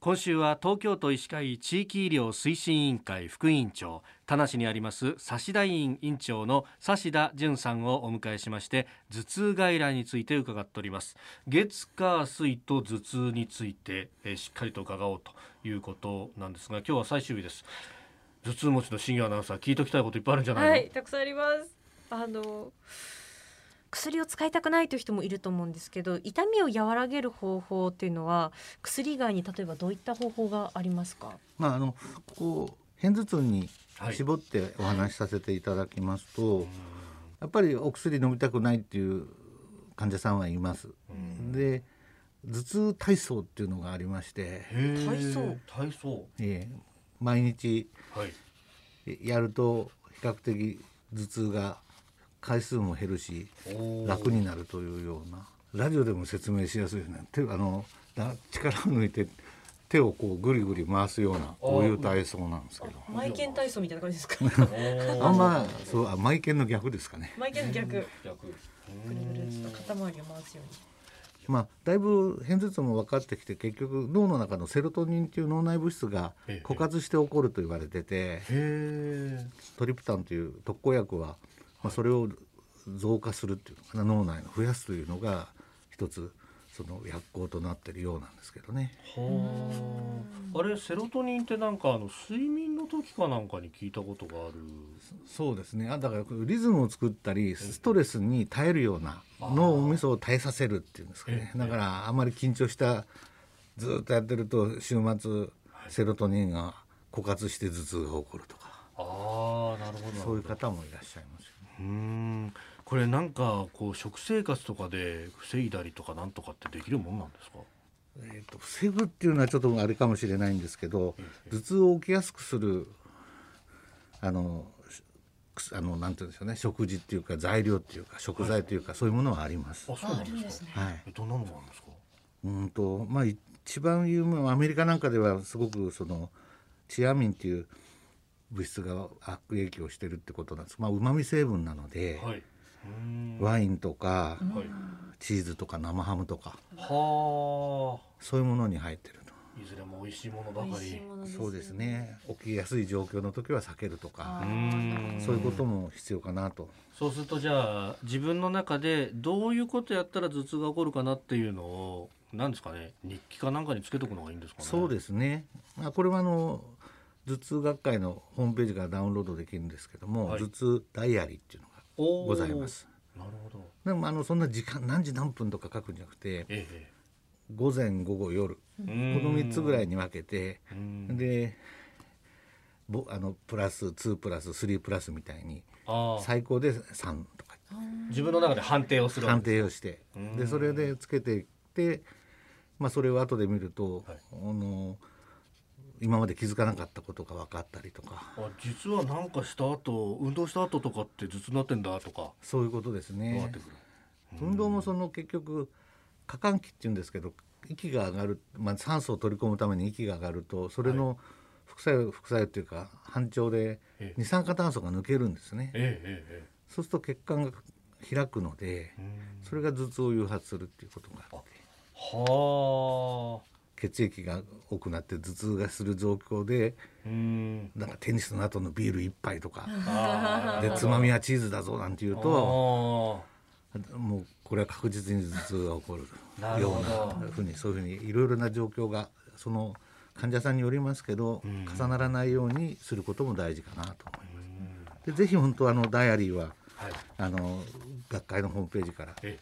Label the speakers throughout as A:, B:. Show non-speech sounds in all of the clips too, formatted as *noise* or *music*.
A: 今週は東京都医師会地域医療推進委員会副委員長田無にあります差田委員委員長の差田淳さんをお迎えしまして頭痛外来について伺っております月火水と頭痛について、えーしっかりと伺おうということなんですが今日は最終日です頭痛持ちの深夜アナウンサー聞いときたいこといっぱいあるんじゃないの、
B: はい、たくさんあります。あの薬を使いたくないという人もいると思うんですけど、痛みを和らげる方法っていうのは薬以外に例えばどういった方法がありますか？
C: まああのここ偏頭痛に
A: はい
C: 絞ってお話しさせていただきますと、
A: うん
C: やっぱりお薬飲みたくないっていう患者さんはいます。で頭痛体操っていうのがありまして、
A: へー
B: 体操
A: 体操
C: えー毎日
A: はい
C: やると比較的頭痛が回数も減るし
A: おー
C: 楽になるというようなラジオでも説明しやすいですね手あのだ力を抜いて手をこうぐりぐり回すようなこういう体操なんですけど
B: マイケン体操みたいな感じです
C: *laughs*
B: か？
A: おー
C: あんまそうあマイケンの逆ですかね。
B: マイケンの逆。
A: 逆
B: ぐるぐるちょっと肩周りを回すように。
C: まあ、だいぶ偏頭痛も分かってきて結局脳の中のセロトニンっていう脳内物質が
A: ええ
C: 枯渇して起こると言われてて
A: へえ
C: トリプタンという特効薬は、まあ、それを増加するっていうのかな脳内の増やすというのが一つその薬効となってるようなんですけどね。
A: はああれセロトニンってなんかあの睡眠の時かなんかに聞いたことがある
C: そうですねあだからリズムを作ったりストレスに耐えるような脳みそを耐えさせるっていうんですかね
A: ええ
C: だからあまり緊張したずーっとやってると週末セロトニンが枯渇して頭痛が起こるとか
A: ああなるほど
C: そういう方もいらっしゃいますよね
A: うーんこれなんかこう食生活とかで防いだりとかなんとかってできるもんなんですか
C: えーと防ぐっていうのはちょっとあれかもしれないんですけど頭痛を起きやすくするあのしくすあのなんて言うんでしょうね食事っていうか材料っていうか食材というかそういうものはあります。
A: あそうなんですか
C: はい
A: えどんなのがあるんですか
C: うんとまあい一番有名アメリカなんかではすごくそのチアミンっていう物質が悪影響してるってことなんですまあうまみ成分なので、
A: はいうーんは
C: ワインとか
A: い
C: チーズとか生ハムとか
A: は
C: そういうものに入ってる
A: あいずれも美味しいものば
B: 美
A: か
B: 味しい
A: り
B: もの
C: と
B: です。
C: そうです。ね起きやすい状況の時は避けると
A: う
C: か
B: あ
A: ーん
C: そういうことも必要かなと
A: そうするとじゃあ自分の中でどういうことやったら頭痛が起こるかなっていうのをなんですかね日記かなんかにつけとくのがいいんですかね
C: そう
A: す
C: ですね、まあ、これはあの頭痛学会のホームページからダウンロードできるんですけども、
A: はい
C: 頭痛ダイアリーっていうのがございます
A: なるほど
C: でもあのそんな時間何時何分とか書くんじゃなくて
A: ええ
C: 午前午後夜こ
A: こ
C: の3つぐら
A: い
C: いに分けて
A: で
C: でぼあのプラス2プラス3プラスみたいに
A: ああ
C: 最高で3とか
A: 自分の中で判定をするわ
C: 判
A: けで
C: 定をして
A: うん
C: でそれでつけていって、まあ、それを後で見ると、
A: はい
C: あの今まで気づかなかったことが分かったりとか
A: すあ実はなんかした後運動した後とかって頭痛になってんだとか
C: そういうことです
A: 分かっ
C: ね
A: て。くる、
C: 運動もその結局過換気っていうんですけど息が上がる、まあ、酸素を取り込むために息が上がるとそれの副作用、副作用っていうか反調で
A: ええ
C: 二酸化炭素が抜けるんですね
A: えええ
C: そうすると血管が開くので
A: えええうん
C: それが頭痛を誘発するっていうことがあって
A: はあ
C: 血液が多くなって頭痛がする状況で
A: うん
C: なんかテニスの後のビール一杯とか
A: ああ
C: でつまみはチーズだぞなんて言うと
A: ああ
C: もうこれは確実に頭痛が起こる
A: なる
C: よ
A: ほ
C: う
A: ど
C: なふうにそういうふうにいろいろな状況がその患者さんによりますけど、
A: うん
C: 重ならないようにすることも大事かなと思い
A: う
C: ま
A: ん
C: す。でぜひ本当あのダイアリーは
A: はい
C: あの学会のホームページから
A: え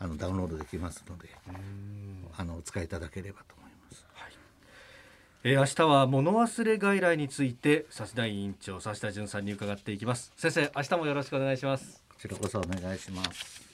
C: あのダウンロードできますので
A: えうん
C: あのお使いいただければと思います。
A: はいえー、明日は物忘れ外来について差田委員長差田淳さんに伺っていきます先生明日もよろしくお願いします
C: こちらこそお願いします。